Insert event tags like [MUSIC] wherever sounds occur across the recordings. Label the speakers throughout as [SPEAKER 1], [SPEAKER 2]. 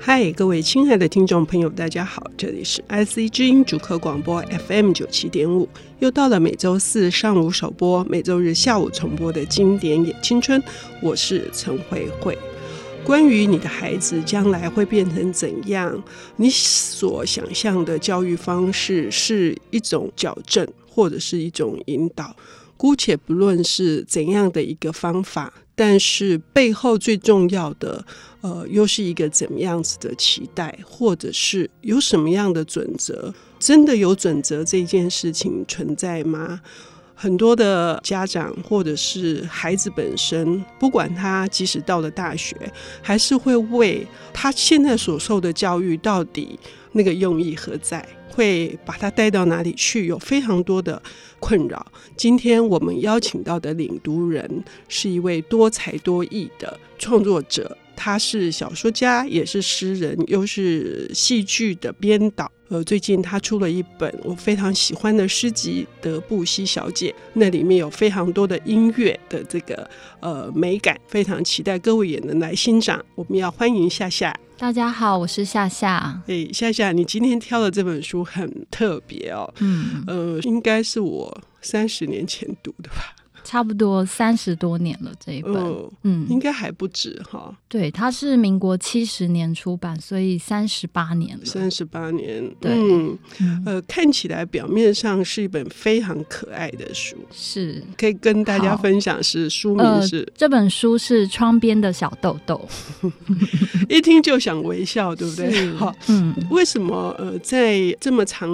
[SPEAKER 1] 嗨，各位亲爱的听众朋友，大家好，这里是 IC 之音主客广播 FM 九七点五，又到了每周四上午首播、每周日下午重播的经典也青春，我是陈慧慧。关于你的孩子将来会变成怎样，你所想象的教育方式是一种矫正，或者是一种引导。姑且不论是怎样的一个方法，但是背后最重要的，呃，又是一个怎么样子的期待，或者是有什么样的准则？真的有准则这件事情存在吗？很多的家长或者是孩子本身，不管他即使到了大学，还是会为他现在所受的教育到底那个用意何在，会把他带到哪里去，有非常多的困扰。今天我们邀请到的领读人是一位多才多艺的创作者，他是小说家，也是诗人，又是戏剧的编导。呃，最近他出了一本我非常喜欢的诗集《德布西小姐》，那里面有非常多的音乐的这个呃美感，非常期待各位也能来欣赏。我们要欢迎夏夏。
[SPEAKER 2] 大家好，我是夏夏。
[SPEAKER 1] 诶，夏夏，你今天挑的这本书很特别哦，
[SPEAKER 2] 嗯，
[SPEAKER 1] 呃，应该是我三十年前读的吧？
[SPEAKER 2] 差不多三十多年了，这一本。
[SPEAKER 1] 嗯，应
[SPEAKER 2] 嗯，
[SPEAKER 1] 该还不止哈，
[SPEAKER 2] 对，它是民国七十年出版，所以三十八年了。
[SPEAKER 1] 三十八年。
[SPEAKER 2] 对
[SPEAKER 1] 嗯，
[SPEAKER 2] 嗯
[SPEAKER 1] 呃，看起来表面上是一本非常可爱的书。
[SPEAKER 2] 是
[SPEAKER 1] 可以跟大家
[SPEAKER 2] 好
[SPEAKER 1] 分享是书名
[SPEAKER 2] 呃
[SPEAKER 1] 是
[SPEAKER 2] 这本书是《窗边的小豆豆
[SPEAKER 1] 一听就想微笑，对不》，对？
[SPEAKER 2] 是
[SPEAKER 1] 好，
[SPEAKER 2] 嗯，
[SPEAKER 1] 为什么呃，在这么长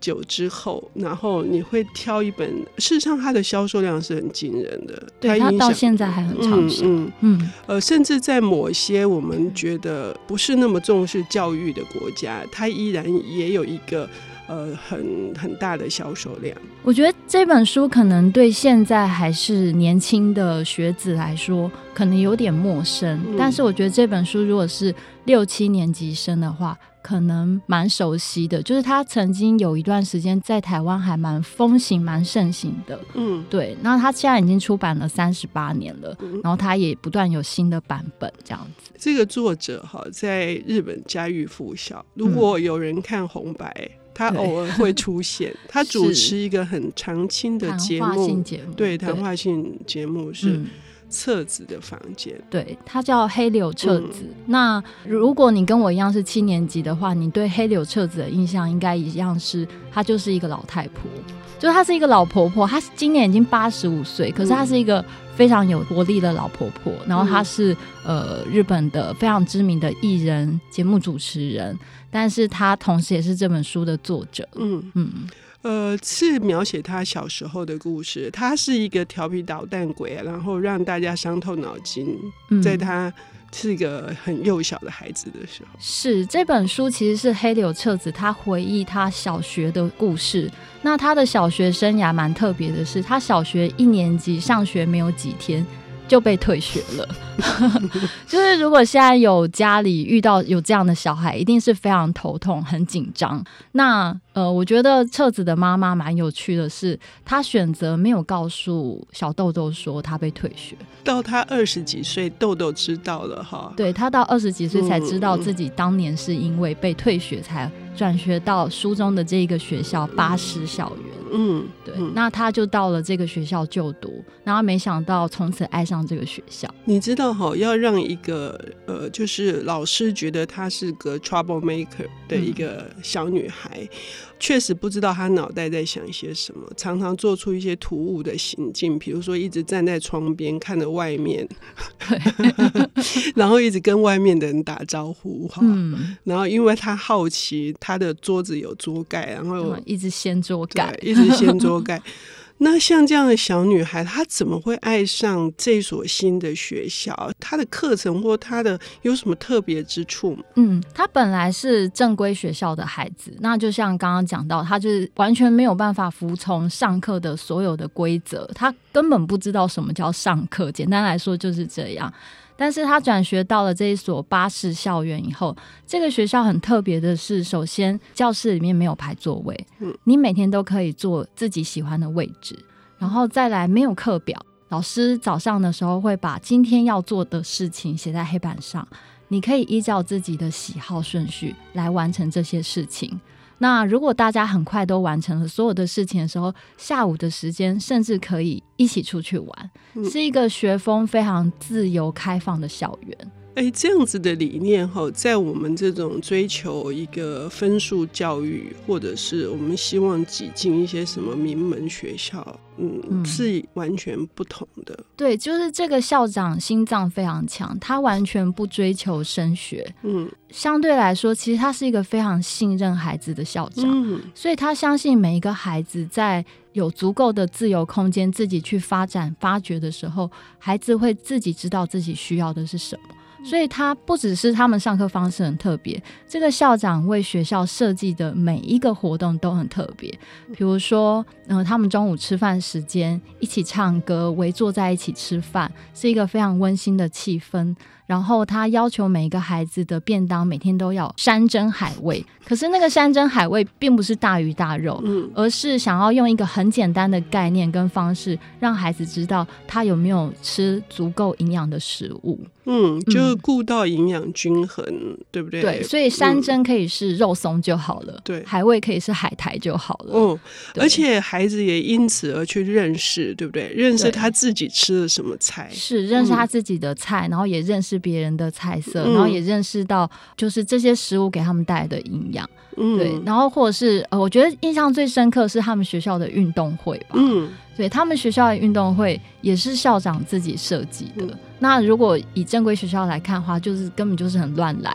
[SPEAKER 1] 久之后，然后你会挑一本？事实上，它的销售量是很惊人的，
[SPEAKER 2] 对，
[SPEAKER 1] 它
[SPEAKER 2] 它
[SPEAKER 1] 影响
[SPEAKER 2] 到现在还很畅
[SPEAKER 1] 嗯
[SPEAKER 2] 销。
[SPEAKER 1] 嗯，
[SPEAKER 2] 嗯，
[SPEAKER 1] 呃，甚至在某些我们觉得不是那么重视教育的国家，它依然也有一个呃很很大的销售量。
[SPEAKER 2] 我觉得这本书可能对现在还是年轻的学子来说，可能有点陌生。
[SPEAKER 1] 嗯
[SPEAKER 2] 但是我觉得这本书如果是六七年级生的话，可能蛮熟悉的。就是它曾经有一段时间在台湾还蛮风行、蛮盛行的。
[SPEAKER 1] 嗯，
[SPEAKER 2] 对，那它现在已经出版了三十八年了，
[SPEAKER 1] 嗯
[SPEAKER 2] 然后它也不断有新的版本这样子。
[SPEAKER 1] 这个作者哈在日本家喻户晓，如果有人看红白。他
[SPEAKER 2] 嗯对
[SPEAKER 1] 偶尔会出
[SPEAKER 2] [LAUGHS]
[SPEAKER 1] 现，他主
[SPEAKER 2] 是
[SPEAKER 1] 持一个很常青的
[SPEAKER 2] 谈
[SPEAKER 1] 节
[SPEAKER 2] 话性
[SPEAKER 1] 目，
[SPEAKER 2] 节目，
[SPEAKER 1] 对谈话性节目是
[SPEAKER 2] 嗯
[SPEAKER 1] 册子的房间，
[SPEAKER 2] 对，它叫黑柳彻子。那如果你跟我一样是七年级的话，你对黑柳彻子的印象应该一样是，她就是一个老太婆，就是她是一个老婆婆。她今年已经八十五岁，可是她是一个非常有活力的老婆婆。然后她是呃日本的非常知名的艺人、节目主持人，但是她同时也是这本书的作者。
[SPEAKER 1] 嗯，
[SPEAKER 2] 嗯，
[SPEAKER 1] 呃，是描写他小时候的故事。他是一个调皮捣蛋鬼，然后让大家伤透脑筋，
[SPEAKER 2] 嗯
[SPEAKER 1] 在他是一个很幼小的孩子的时候，
[SPEAKER 2] 是这本书其实是黑柳彻子她回忆她小学的故事。那她的小学生涯蛮特别的是，她小学一年级上学没有几天就被退学了。 [LAUGHS] 就是如果现在有家里遇到有这样的小孩，一定是非常头痛、很紧张。那呃，我觉得彻子的妈妈蛮有趣的是，她选择没有告诉小豆豆说她被退学。
[SPEAKER 1] 到他二十几岁，豆豆知道了哈，
[SPEAKER 2] 对他到二十几岁才知道
[SPEAKER 1] 嗯
[SPEAKER 2] 自己当年是因为被退学才转学到书中的这一个学校巴士校园。
[SPEAKER 1] 嗯，
[SPEAKER 2] 对，
[SPEAKER 1] 嗯
[SPEAKER 2] 那他就到了这个学校就读，然后没想到从此爱上这个学校。
[SPEAKER 1] 你知道哈，要让一个呃，就是老师觉得她是个 trouble maker 的一个小女孩，确实不知道她脑袋在想些什么，常常做出一些突兀的行径，比如说一直站在窗边看着外面， [LAUGHS] 然后一直跟外面的人打招呼哈。
[SPEAKER 2] 嗯，
[SPEAKER 1] 然后，因为她好奇，她的桌子有桌盖，然后有
[SPEAKER 2] 对一直掀桌盖
[SPEAKER 1] 对，。一直掀桌
[SPEAKER 2] [LAUGHS]
[SPEAKER 1] 盖。那像这样的小女孩，她怎么会爱上这所新的学校？她的课程或她的有什么特别之处吗？
[SPEAKER 2] 嗯，他本来是正规学校的孩子，那就像刚刚讲到，他就是完全没有办法服从上课的所有的规则，他根本不知道什么叫上课。简单来说就是这样。但是他转学到了这一所巴士校园以后，这个学校很特别的是，首先教室里面没有排座位，
[SPEAKER 1] 嗯
[SPEAKER 2] 你每天都可以坐自己喜欢的位置，然后再来没有课表，老师早上的时候会把今天要做的事情写在黑板上，你可以依照自己的喜好顺序来完成这些事情。那如果大家很快都完成了所有的事情的时候，下午的时间甚至可以一起出去玩，
[SPEAKER 1] 嗯
[SPEAKER 2] 是一个学风非常自由开放的校园。
[SPEAKER 1] 哎，这样子的理念哈，在我们这种追求一个分数教育，或者是我们希望挤进一些什么名门学校，嗯，
[SPEAKER 2] 嗯
[SPEAKER 1] 是完全不同的。
[SPEAKER 2] 对，就是这个校长心脏非常强，他完全不追求升学，
[SPEAKER 1] 嗯
[SPEAKER 2] 相对来说，其实他是一个非常信任孩子的校长。
[SPEAKER 1] 嗯
[SPEAKER 2] 所以他相信每一个孩子在有足够的自由空间自己去发展发掘的时候，孩子会自己知道自己需要的是什么。所以他不只是他们上课方式很特别，这个校长为学校设计的每一个活动都很特别。比如说，嗯、他们中午吃饭时间一起唱歌，围坐在一起吃饭，是一个非常温馨的气氛。然后他要求每一个孩子的便当每天都要山珍海味，可是那个山珍海味并不是大鱼大肉，
[SPEAKER 1] 嗯，
[SPEAKER 2] 而是想要用一个很简单的概念跟方式，让孩子知道他有没有吃足够营养的食物。
[SPEAKER 1] 嗯，就是顾到营养均衡，对不对？
[SPEAKER 2] 对，所以山
[SPEAKER 1] 嗯
[SPEAKER 2] 珍可以是肉松就好了，
[SPEAKER 1] 对
[SPEAKER 2] 海味可以是海苔就好了。
[SPEAKER 1] 嗯，
[SPEAKER 2] 对
[SPEAKER 1] 而且孩子也因此而去认识，对不对？认识
[SPEAKER 2] 对
[SPEAKER 1] 他自己吃了什么菜。
[SPEAKER 2] 是认识他自己的菜，然后也认识别人的菜色，
[SPEAKER 1] 嗯
[SPEAKER 2] 然后也认识到就是这些食物给他们带来的营养。
[SPEAKER 1] 嗯，
[SPEAKER 2] 对，然后或者是呃，我觉得印象最深刻是他们学校的运动会吧。
[SPEAKER 1] 嗯
[SPEAKER 2] 对他们学校的运动会也是校长自己设计的。
[SPEAKER 1] 嗯
[SPEAKER 2] 那如果以正规学校来看的话，就是根本就是很乱来。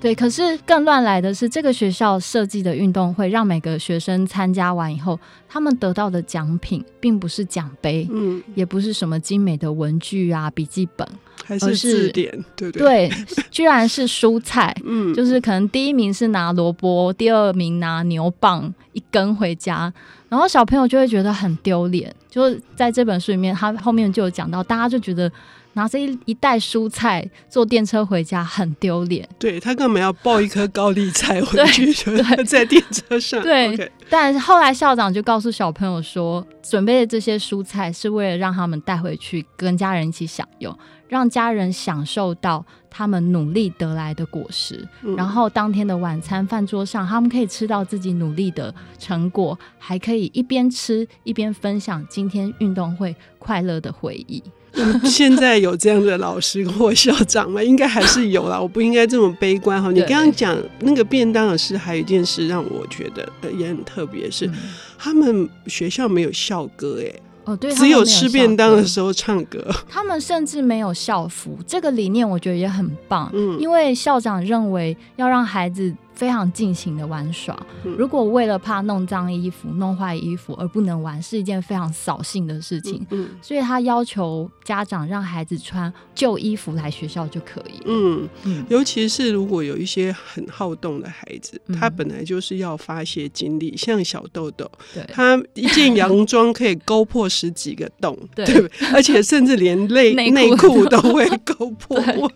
[SPEAKER 2] 对，可是更乱来的是，这个学校设计的运动会让每个学生参加完以后，他们得到的奖品并不是奖杯，
[SPEAKER 1] 嗯，
[SPEAKER 2] 也不是什么精美的文具啊、笔记本，
[SPEAKER 1] 还
[SPEAKER 2] 而
[SPEAKER 1] 是
[SPEAKER 2] 是
[SPEAKER 1] 字典，对不对？，
[SPEAKER 2] 对，居然是蔬菜。
[SPEAKER 1] 嗯，
[SPEAKER 2] 哦就是可能第一名是拿萝卜，第二名拿牛蒡一根回家，然后小朋友就会觉得很丢脸。就是在这本书里面，他后面就有讲到，大家就觉得拿着一一袋蔬菜坐电车回家很丢脸。
[SPEAKER 1] 对他干嘛要抱一颗高丽菜回
[SPEAKER 2] [LAUGHS] 对
[SPEAKER 1] 去？就是 [LAUGHS] 在电车上，
[SPEAKER 2] 对
[SPEAKER 1] OK
[SPEAKER 2] 但是后来校长就告诉小朋友说，准备的这些蔬菜是为了让他们带回去跟家人一起享用，让家人享受到他们努力得来的果实。
[SPEAKER 1] 嗯
[SPEAKER 2] 然后当天的晚餐饭桌上，他们可以吃到自己努力的成果，还可以一边吃一边分享今天运动会快乐的回忆。
[SPEAKER 1] [LAUGHS] 现在有这样的老师或校长吗？应该还是有啦，我不应该这么悲观哈。你
[SPEAKER 2] 对
[SPEAKER 1] 刚刚讲那个便当的事，还有一件事让我觉得呃也很特别，是
[SPEAKER 2] 嗯
[SPEAKER 1] 他们学校没有校歌，哎，
[SPEAKER 2] 哦，对，
[SPEAKER 1] 只有吃便当的
[SPEAKER 2] 候，
[SPEAKER 1] 时候唱歌。
[SPEAKER 2] 他们甚至没有校服，这个理念我觉得也很棒，
[SPEAKER 1] 嗯
[SPEAKER 2] 因为校长认为要让孩子。非常尽情的玩耍，
[SPEAKER 1] 嗯
[SPEAKER 2] 如果为了怕弄脏衣服、弄坏衣服而不能玩，是一件非常扫兴的事情。
[SPEAKER 1] 嗯
[SPEAKER 2] 所以他要求家长让孩子穿旧衣服来学校就可以了。
[SPEAKER 1] 嗯，
[SPEAKER 2] 嗯
[SPEAKER 1] 尤其是如果有一些很好动的孩子，
[SPEAKER 2] 嗯
[SPEAKER 1] 他本来就是要发泄精力，像小豆豆，
[SPEAKER 2] 对，
[SPEAKER 1] 他一件洋装可以勾破十几个洞，
[SPEAKER 2] 对
[SPEAKER 1] 不对而且甚至连内
[SPEAKER 2] 内裤
[SPEAKER 1] 内裤都会勾破
[SPEAKER 2] 对，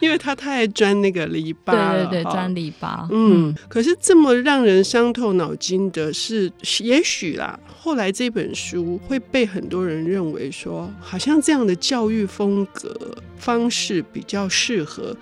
[SPEAKER 1] 因为他太爱钻那个篱笆
[SPEAKER 2] 对
[SPEAKER 1] 了
[SPEAKER 2] 对对，
[SPEAKER 1] 哈
[SPEAKER 2] 专篱笆。
[SPEAKER 1] 嗯，可是这么让人伤透脑筋的是，也许啦，后来这本书会被很多人认为说，好像这样的教育风格方式比较适合，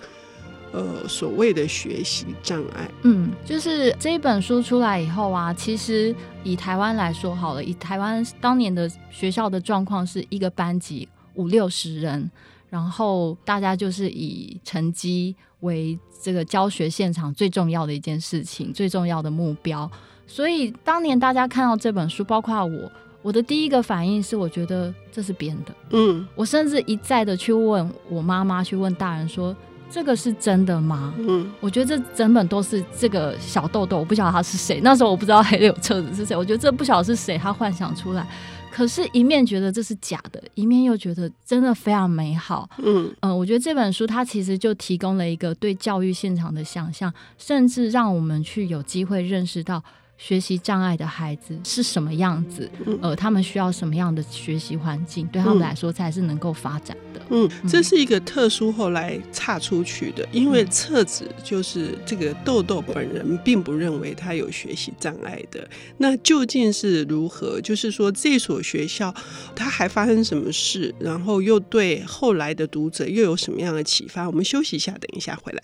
[SPEAKER 1] 呃，所谓的学习障碍。
[SPEAKER 2] 嗯，就是这一本书出来以后啊，其实以台湾来说好了，以台湾当年的学校的状况是一个班级五六十人，然后大家就是以成绩为这个教学现场最重要的一件事情，最重要的目标。所以当年大家看到这本书，包括我，我的第一个反应是，我觉得这是编的。
[SPEAKER 1] 嗯
[SPEAKER 2] 我甚至一再的去问我妈妈，去问大人说：“这个是真的吗？”
[SPEAKER 1] 嗯
[SPEAKER 2] 我觉得这整本都是这个小豆豆，我不晓得他是谁。那时候我不知道黑柳彻子是谁，我觉得这不晓得是谁，他幻想出来。可是，一面觉得这是假的，一面又觉得真的非常美好。
[SPEAKER 1] 嗯
[SPEAKER 2] 嗯、我觉得这本书它其实就提供了一个对教育现场的想象，甚至让我们去有机会认识到学习障碍的孩子是什么样子，
[SPEAKER 1] 嗯
[SPEAKER 2] 呃，他们需要什么样的学习环境，对他们来说才是能够发展的。
[SPEAKER 1] 嗯，这是一个特殊后来岔出去的，因为册子就是这个豆豆本人并不认为他有学习障碍的。那究竟是如何？就是说这所学校它还发生什么事，然后又对后来的读者又有什么样的启发？我们休息一下，等一下回来。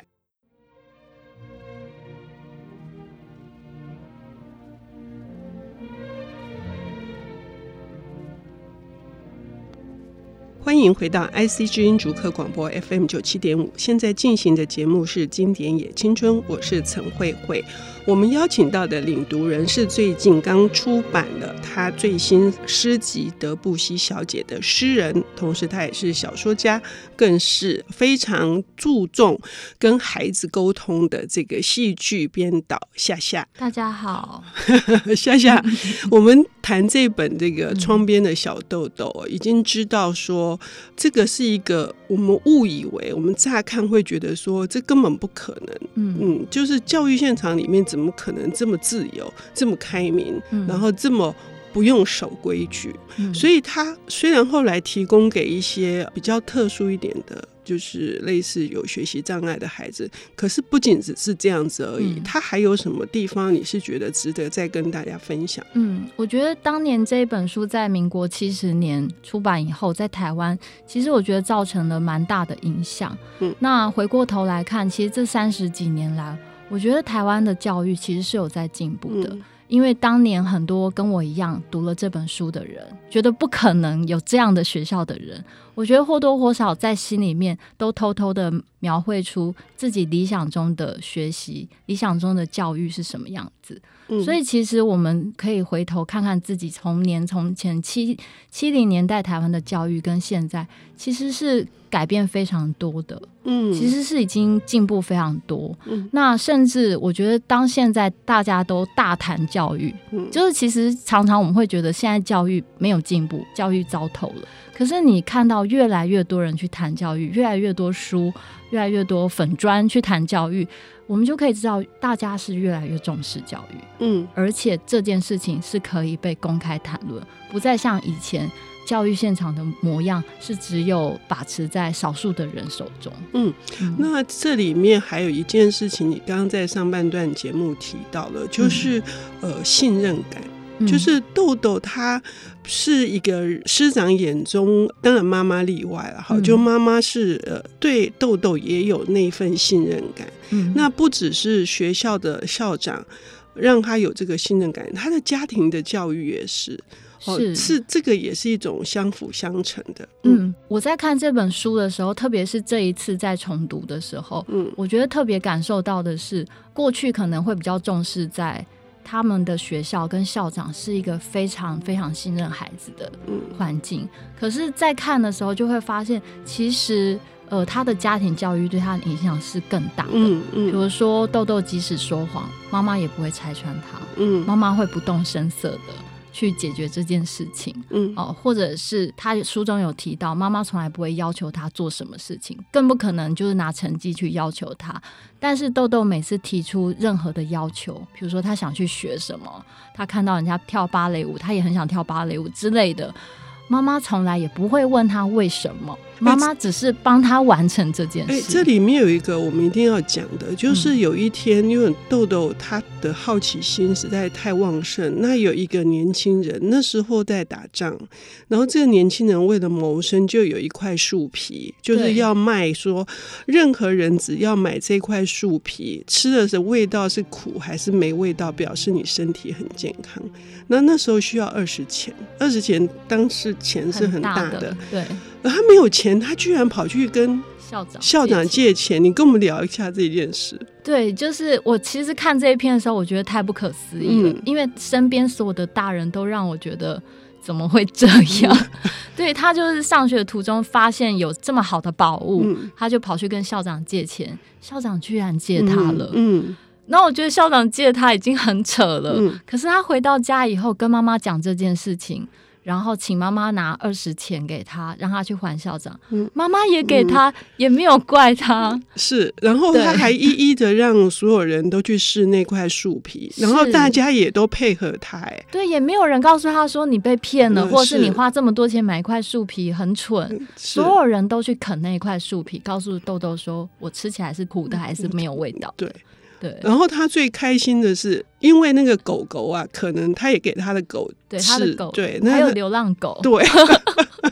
[SPEAKER 1] 欢迎回到 IC 之音逐客广播 FM 九七点五，现在进行的节目是《经典也青春》，我是陈慧慧。我们邀请到的领读人是最近刚出版了他最新诗集《德布西小姐》的诗人，同时他也是小说家，更是非常注重跟孩子沟通的这个戏剧编导夏夏。
[SPEAKER 2] 大家好，
[SPEAKER 1] [LAUGHS] 夏
[SPEAKER 2] [LAUGHS]
[SPEAKER 1] 夏，我们谈这本这
[SPEAKER 2] 嗯
[SPEAKER 1] 个《窗边的小豆豆》哦，已经知道说这个是一个我们误以为，我们乍看会觉得说这根本不可能。
[SPEAKER 2] 嗯
[SPEAKER 1] 嗯，就是教育现场里面怎么可能这么自由、这么开明，
[SPEAKER 2] 嗯
[SPEAKER 1] 然后这么不用守规矩？
[SPEAKER 2] 嗯，
[SPEAKER 1] 所以他虽然后来提供给一些比较特殊一点的，就是类似有学习障碍的孩子，可是不仅只是这样子而已，
[SPEAKER 2] 嗯
[SPEAKER 1] 他还有什么地方你是觉得值得再跟大家分享？
[SPEAKER 2] 嗯，我觉得当年这一本书在民国七十年出版以后，在台湾，其实我觉得造成了蛮大的影响。
[SPEAKER 1] 嗯
[SPEAKER 2] 那回过头来看，其实这三十几年来，我觉得台湾的教育其实是有在进步的。
[SPEAKER 1] 嗯
[SPEAKER 2] 因为当年很多跟我一样读了这本书的人，觉得不可能有这样的学校的人，我觉得或多或少在心里面都偷偷的描绘出自己理想中的学习、理想中的教育是什么样子。
[SPEAKER 1] 嗯
[SPEAKER 2] 所以其实我们可以回头看看自己从年从前七七零年代台湾的教育跟现在，其实是改变非常多的，
[SPEAKER 1] 嗯，
[SPEAKER 2] 其实是已经进步非常多。
[SPEAKER 1] 嗯
[SPEAKER 2] 那甚至我觉得，当现在大家都大谈教育，
[SPEAKER 1] 嗯
[SPEAKER 2] 就是其实常常我们会觉得现在教育没有进步，教育糟透了。可是你看到越来越多人去谈教育，越来越多书，越来越多粉砖去谈教育，我们就可以知道大家是越来越重视教育。
[SPEAKER 1] 嗯
[SPEAKER 2] 而且这件事情是可以被公开谈论，不再像以前教育现场的模样是只有把持在少数的人手中。
[SPEAKER 1] 嗯
[SPEAKER 2] 嗯
[SPEAKER 1] 那这里面还有一件事情，你刚刚在上半段节目提到了，就是、呃信任感。
[SPEAKER 2] 嗯
[SPEAKER 1] 就是豆豆他是一个师长眼中，当然妈妈例外了哈，
[SPEAKER 2] 嗯
[SPEAKER 1] 就妈妈是呃对豆豆也有那份信任感，
[SPEAKER 2] 嗯
[SPEAKER 1] 那不只是学校的校长。让他有这个信任感，他的家庭的教育也是，哦，
[SPEAKER 2] 是
[SPEAKER 1] 是这个也是一种相辅相成的。
[SPEAKER 2] 嗯，我在看这本书的时候，特别是这一次在重读的时候，
[SPEAKER 1] 嗯
[SPEAKER 2] 我觉得特别感受到的是，过去可能会比较重视在他们的学校跟校长是一个非常非常信任孩子的
[SPEAKER 1] 嗯
[SPEAKER 2] 环境，可是，在看的时候就会发现，其实呃，他的家庭教育对他的影响是更大的。
[SPEAKER 1] 嗯
[SPEAKER 2] 比
[SPEAKER 1] 嗯
[SPEAKER 2] 如说，豆豆即使说谎，妈妈也不会拆穿他，
[SPEAKER 1] 嗯
[SPEAKER 2] 妈妈会不动声色的去解决这件事情。
[SPEAKER 1] 嗯
[SPEAKER 2] 哦，或者是他书中有提到，妈妈从来不会要求他做什么事情，更不可能就是拿成绩去要求他。但是豆豆每次提出任何的要求，比如说他想去学什么，他看到人家跳芭蕾舞，他也很想跳芭蕾舞之类的，妈妈从来也不会问他为什么，妈妈只是帮他完成这件
[SPEAKER 1] 哎、
[SPEAKER 2] 事。
[SPEAKER 1] 这里面有一个我们一定要讲的，嗯就是有一天，因为豆豆他的好奇心实在太旺盛，那有一个年轻人那时候在打仗，然后这个年轻人为了谋生，就有一块树皮，就是
[SPEAKER 2] 对
[SPEAKER 1] 要卖说，任何人只要买这块树皮，吃的是味道是苦还是没味道，表示你身体很健康。那那时候需要二十钱，二十钱当时钱是很大
[SPEAKER 2] 大
[SPEAKER 1] 的，
[SPEAKER 2] 对
[SPEAKER 1] 而他没有钱，他居然跑去跟。
[SPEAKER 2] 校长
[SPEAKER 1] 校长借钱，你跟我们聊一下这件事。
[SPEAKER 2] 对，就是我其实看这一篇的时候，我觉得太不可思议了，
[SPEAKER 1] 嗯
[SPEAKER 2] 因为身边所有的大人都让我觉得怎么会这样？
[SPEAKER 1] 嗯
[SPEAKER 2] [LAUGHS] 对他就是上学途中发现有这么好的宝物，
[SPEAKER 1] 嗯
[SPEAKER 2] 他就跑去跟校长借钱，校长居然借他了。
[SPEAKER 1] 嗯
[SPEAKER 2] 那我觉得校长借他已经很扯了，
[SPEAKER 1] 嗯
[SPEAKER 2] 可是他回到家以后跟妈妈讲这件事情，然后请妈妈拿二十钱给他，让他去还校长。
[SPEAKER 1] 嗯
[SPEAKER 2] 妈妈也给他，也没有怪
[SPEAKER 1] [LAUGHS]
[SPEAKER 2] 他。
[SPEAKER 1] 是，然后
[SPEAKER 2] 对
[SPEAKER 1] 他还一一的让所有人都去试那块树皮，然后
[SPEAKER 2] 是
[SPEAKER 1] 大家也都配合他、哎，
[SPEAKER 2] 对，也没有人告诉他说你被骗了，
[SPEAKER 1] 嗯
[SPEAKER 2] 或者是
[SPEAKER 1] 是嗯
[SPEAKER 2] 你花这么多钱买一块树皮很蠢。
[SPEAKER 1] 是
[SPEAKER 2] 所有人都去啃那一块树皮，告诉豆豆说：“我吃起来是苦
[SPEAKER 1] 嗯
[SPEAKER 2] 的，还是没有味道
[SPEAKER 1] 对。？”
[SPEAKER 2] 对，
[SPEAKER 1] 然后他最开心的是，因为那个狗狗啊，可能他也给他的狗
[SPEAKER 2] 对，
[SPEAKER 1] 吃
[SPEAKER 2] 他的狗，
[SPEAKER 1] 对，
[SPEAKER 2] 还
[SPEAKER 1] 那
[SPEAKER 2] 有
[SPEAKER 1] 他
[SPEAKER 2] 流浪狗，
[SPEAKER 1] 对。 [LAUGHS]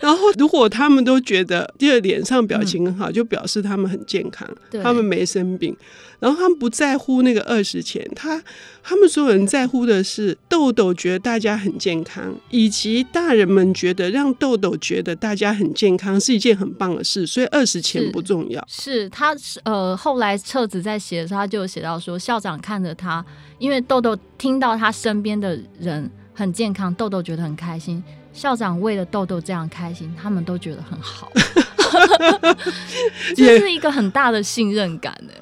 [SPEAKER 1] 然后，如果他们都觉得第二脸上表情很好，就表示他们很健康，
[SPEAKER 2] 嗯对
[SPEAKER 1] 他们没生病。然后他们不在乎那个二十钱，他他们所有人在乎的是豆豆觉得大家很健康，以及大人们觉得让豆豆觉得大家很健康是一件很棒的事，所以二十钱
[SPEAKER 2] 是
[SPEAKER 1] 不重要。
[SPEAKER 2] 是，他是呃，后来册子在写的时候，他就有写到说，校长看着他，因为豆豆听到他身边的人很健康，豆豆觉得很开心。校长为了豆豆这样开心，他们都觉得
[SPEAKER 1] [LAUGHS]
[SPEAKER 2] 很好， [LAUGHS] 这
[SPEAKER 1] 也
[SPEAKER 2] 是一个很大的信任感欸呢。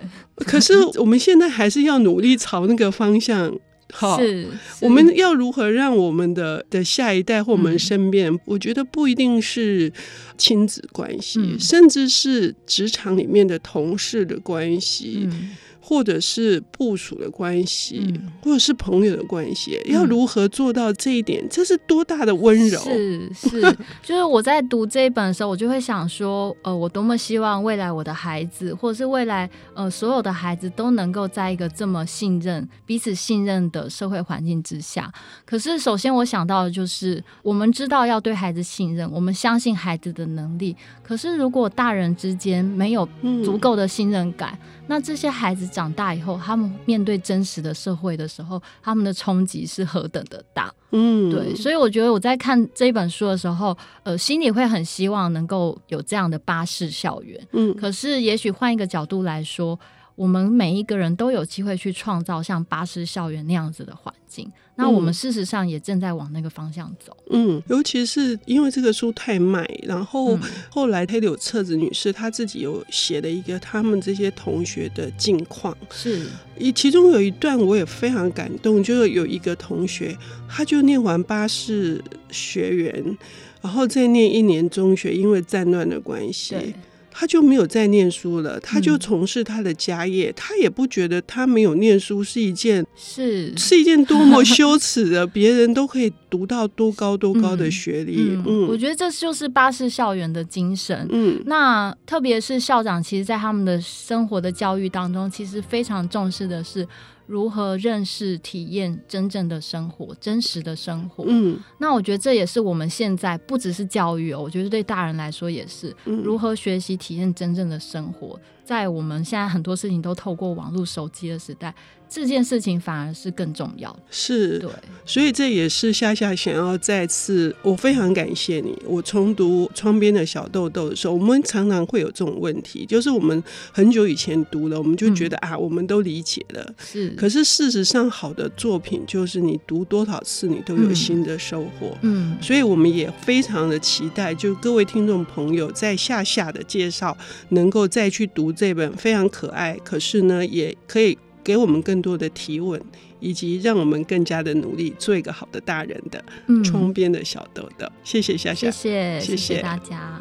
[SPEAKER 1] 可是我们现在还是要努力朝那个方向。好，
[SPEAKER 2] 是，
[SPEAKER 1] 我
[SPEAKER 2] 是
[SPEAKER 1] 们要如何让我们的的下一代或我们
[SPEAKER 2] 嗯
[SPEAKER 1] 身边人，我觉得不一定是亲子关系，
[SPEAKER 2] 嗯
[SPEAKER 1] 甚至是职场里面的同事的关系，
[SPEAKER 2] 嗯
[SPEAKER 1] 或者是部属的关系，
[SPEAKER 2] 嗯
[SPEAKER 1] 或者是朋友的关系，
[SPEAKER 2] 嗯
[SPEAKER 1] 要如何做到这一点？这是多大的温柔！
[SPEAKER 2] 是是，
[SPEAKER 1] [LAUGHS]
[SPEAKER 2] 就是我在读这一本的时候，我就会想说，呃，我多么希望未来我的孩子，或者是未来呃所有的孩子都能够在一个这么信任、彼此信任的社会环境之下。可是，首先我想到的就是，我们知道要对孩子信任，我们相信孩子的能力。可是，如果大人之间没有
[SPEAKER 1] 嗯
[SPEAKER 2] 足够的信任感，那这些孩子长大以后，他们面对真实的社会的时候，他们的冲击是何等的大。
[SPEAKER 1] 嗯，
[SPEAKER 2] 对，所以我觉得我在看这本书的时候，呃，心里会很希望能够有这样的巴士校园。
[SPEAKER 1] 嗯，
[SPEAKER 2] 可是，也许换一个角度来说，我们每一个人都有机会去创造像巴士校园那样子的环境。那我们
[SPEAKER 1] 嗯
[SPEAKER 2] 事实上也正在往那个方向走。
[SPEAKER 1] 嗯，尤其是因为这个书太卖，然后
[SPEAKER 2] 嗯
[SPEAKER 1] 后来黑柳彻子女士她自己有写了一个他们这些同学的近况，
[SPEAKER 2] 是，
[SPEAKER 1] 一其中有一段我也非常感动，就是有一个同学，他就念完巴士学园，然后再念一年中学，因为战乱的关系
[SPEAKER 2] 对，，
[SPEAKER 1] 他就没有再念书了，他就
[SPEAKER 2] 嗯
[SPEAKER 1] 从事他的家业，他也不觉得他没有念书是一件
[SPEAKER 2] 是，
[SPEAKER 1] 是一件多么羞耻的，别人都可以读到多高多高的学历，
[SPEAKER 2] 嗯，我
[SPEAKER 1] 嗯
[SPEAKER 2] 觉得这就是巴士校园的精神。
[SPEAKER 1] 嗯
[SPEAKER 2] 那特别是校长，其实，在他们的生活的教育当中，其实非常重视的是如何认识、体验真正的生活、真实的生活。
[SPEAKER 1] 嗯
[SPEAKER 2] 那我觉得这也是我们现在不只是教育哦，我觉得对大人来说也是
[SPEAKER 1] 嗯，
[SPEAKER 2] 如何学习体验真正的生活。在我们现在很多事情都透过网络、手机的时代，这件事情反而是更重要的。
[SPEAKER 1] 是
[SPEAKER 2] 对，
[SPEAKER 1] 所以这也是夏夏想要再次，我非常感谢你。我重读《窗边的小豆豆》的时候，我们常常会有这种问题，就是我们很久以前读了，我们就觉得、啊，我们都理解了。
[SPEAKER 2] 是。
[SPEAKER 1] 可是事实上，好的作品就是你读多少次，你都有
[SPEAKER 2] 嗯
[SPEAKER 1] 新的收获。
[SPEAKER 2] 嗯，
[SPEAKER 1] 所以我们也非常的期待，就各位听众朋友在夏夏的介绍，能够再去读这本非常可爱，可是呢，也可以给我们更多的提问，以及让我们更加的努力，做一个好的大人的
[SPEAKER 2] 嗯
[SPEAKER 1] 窗边的小豆豆。谢谢夏夏
[SPEAKER 2] 谢，
[SPEAKER 1] 谢
[SPEAKER 2] 谢，谢
[SPEAKER 1] 谢
[SPEAKER 2] 谢大家。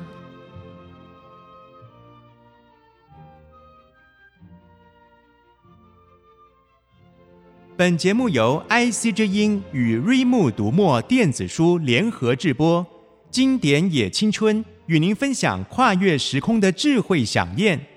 [SPEAKER 3] 本节目由 IC 之音与瑞木读墨电子书联合制播，经典也青春与您分享跨越时空的智慧想念。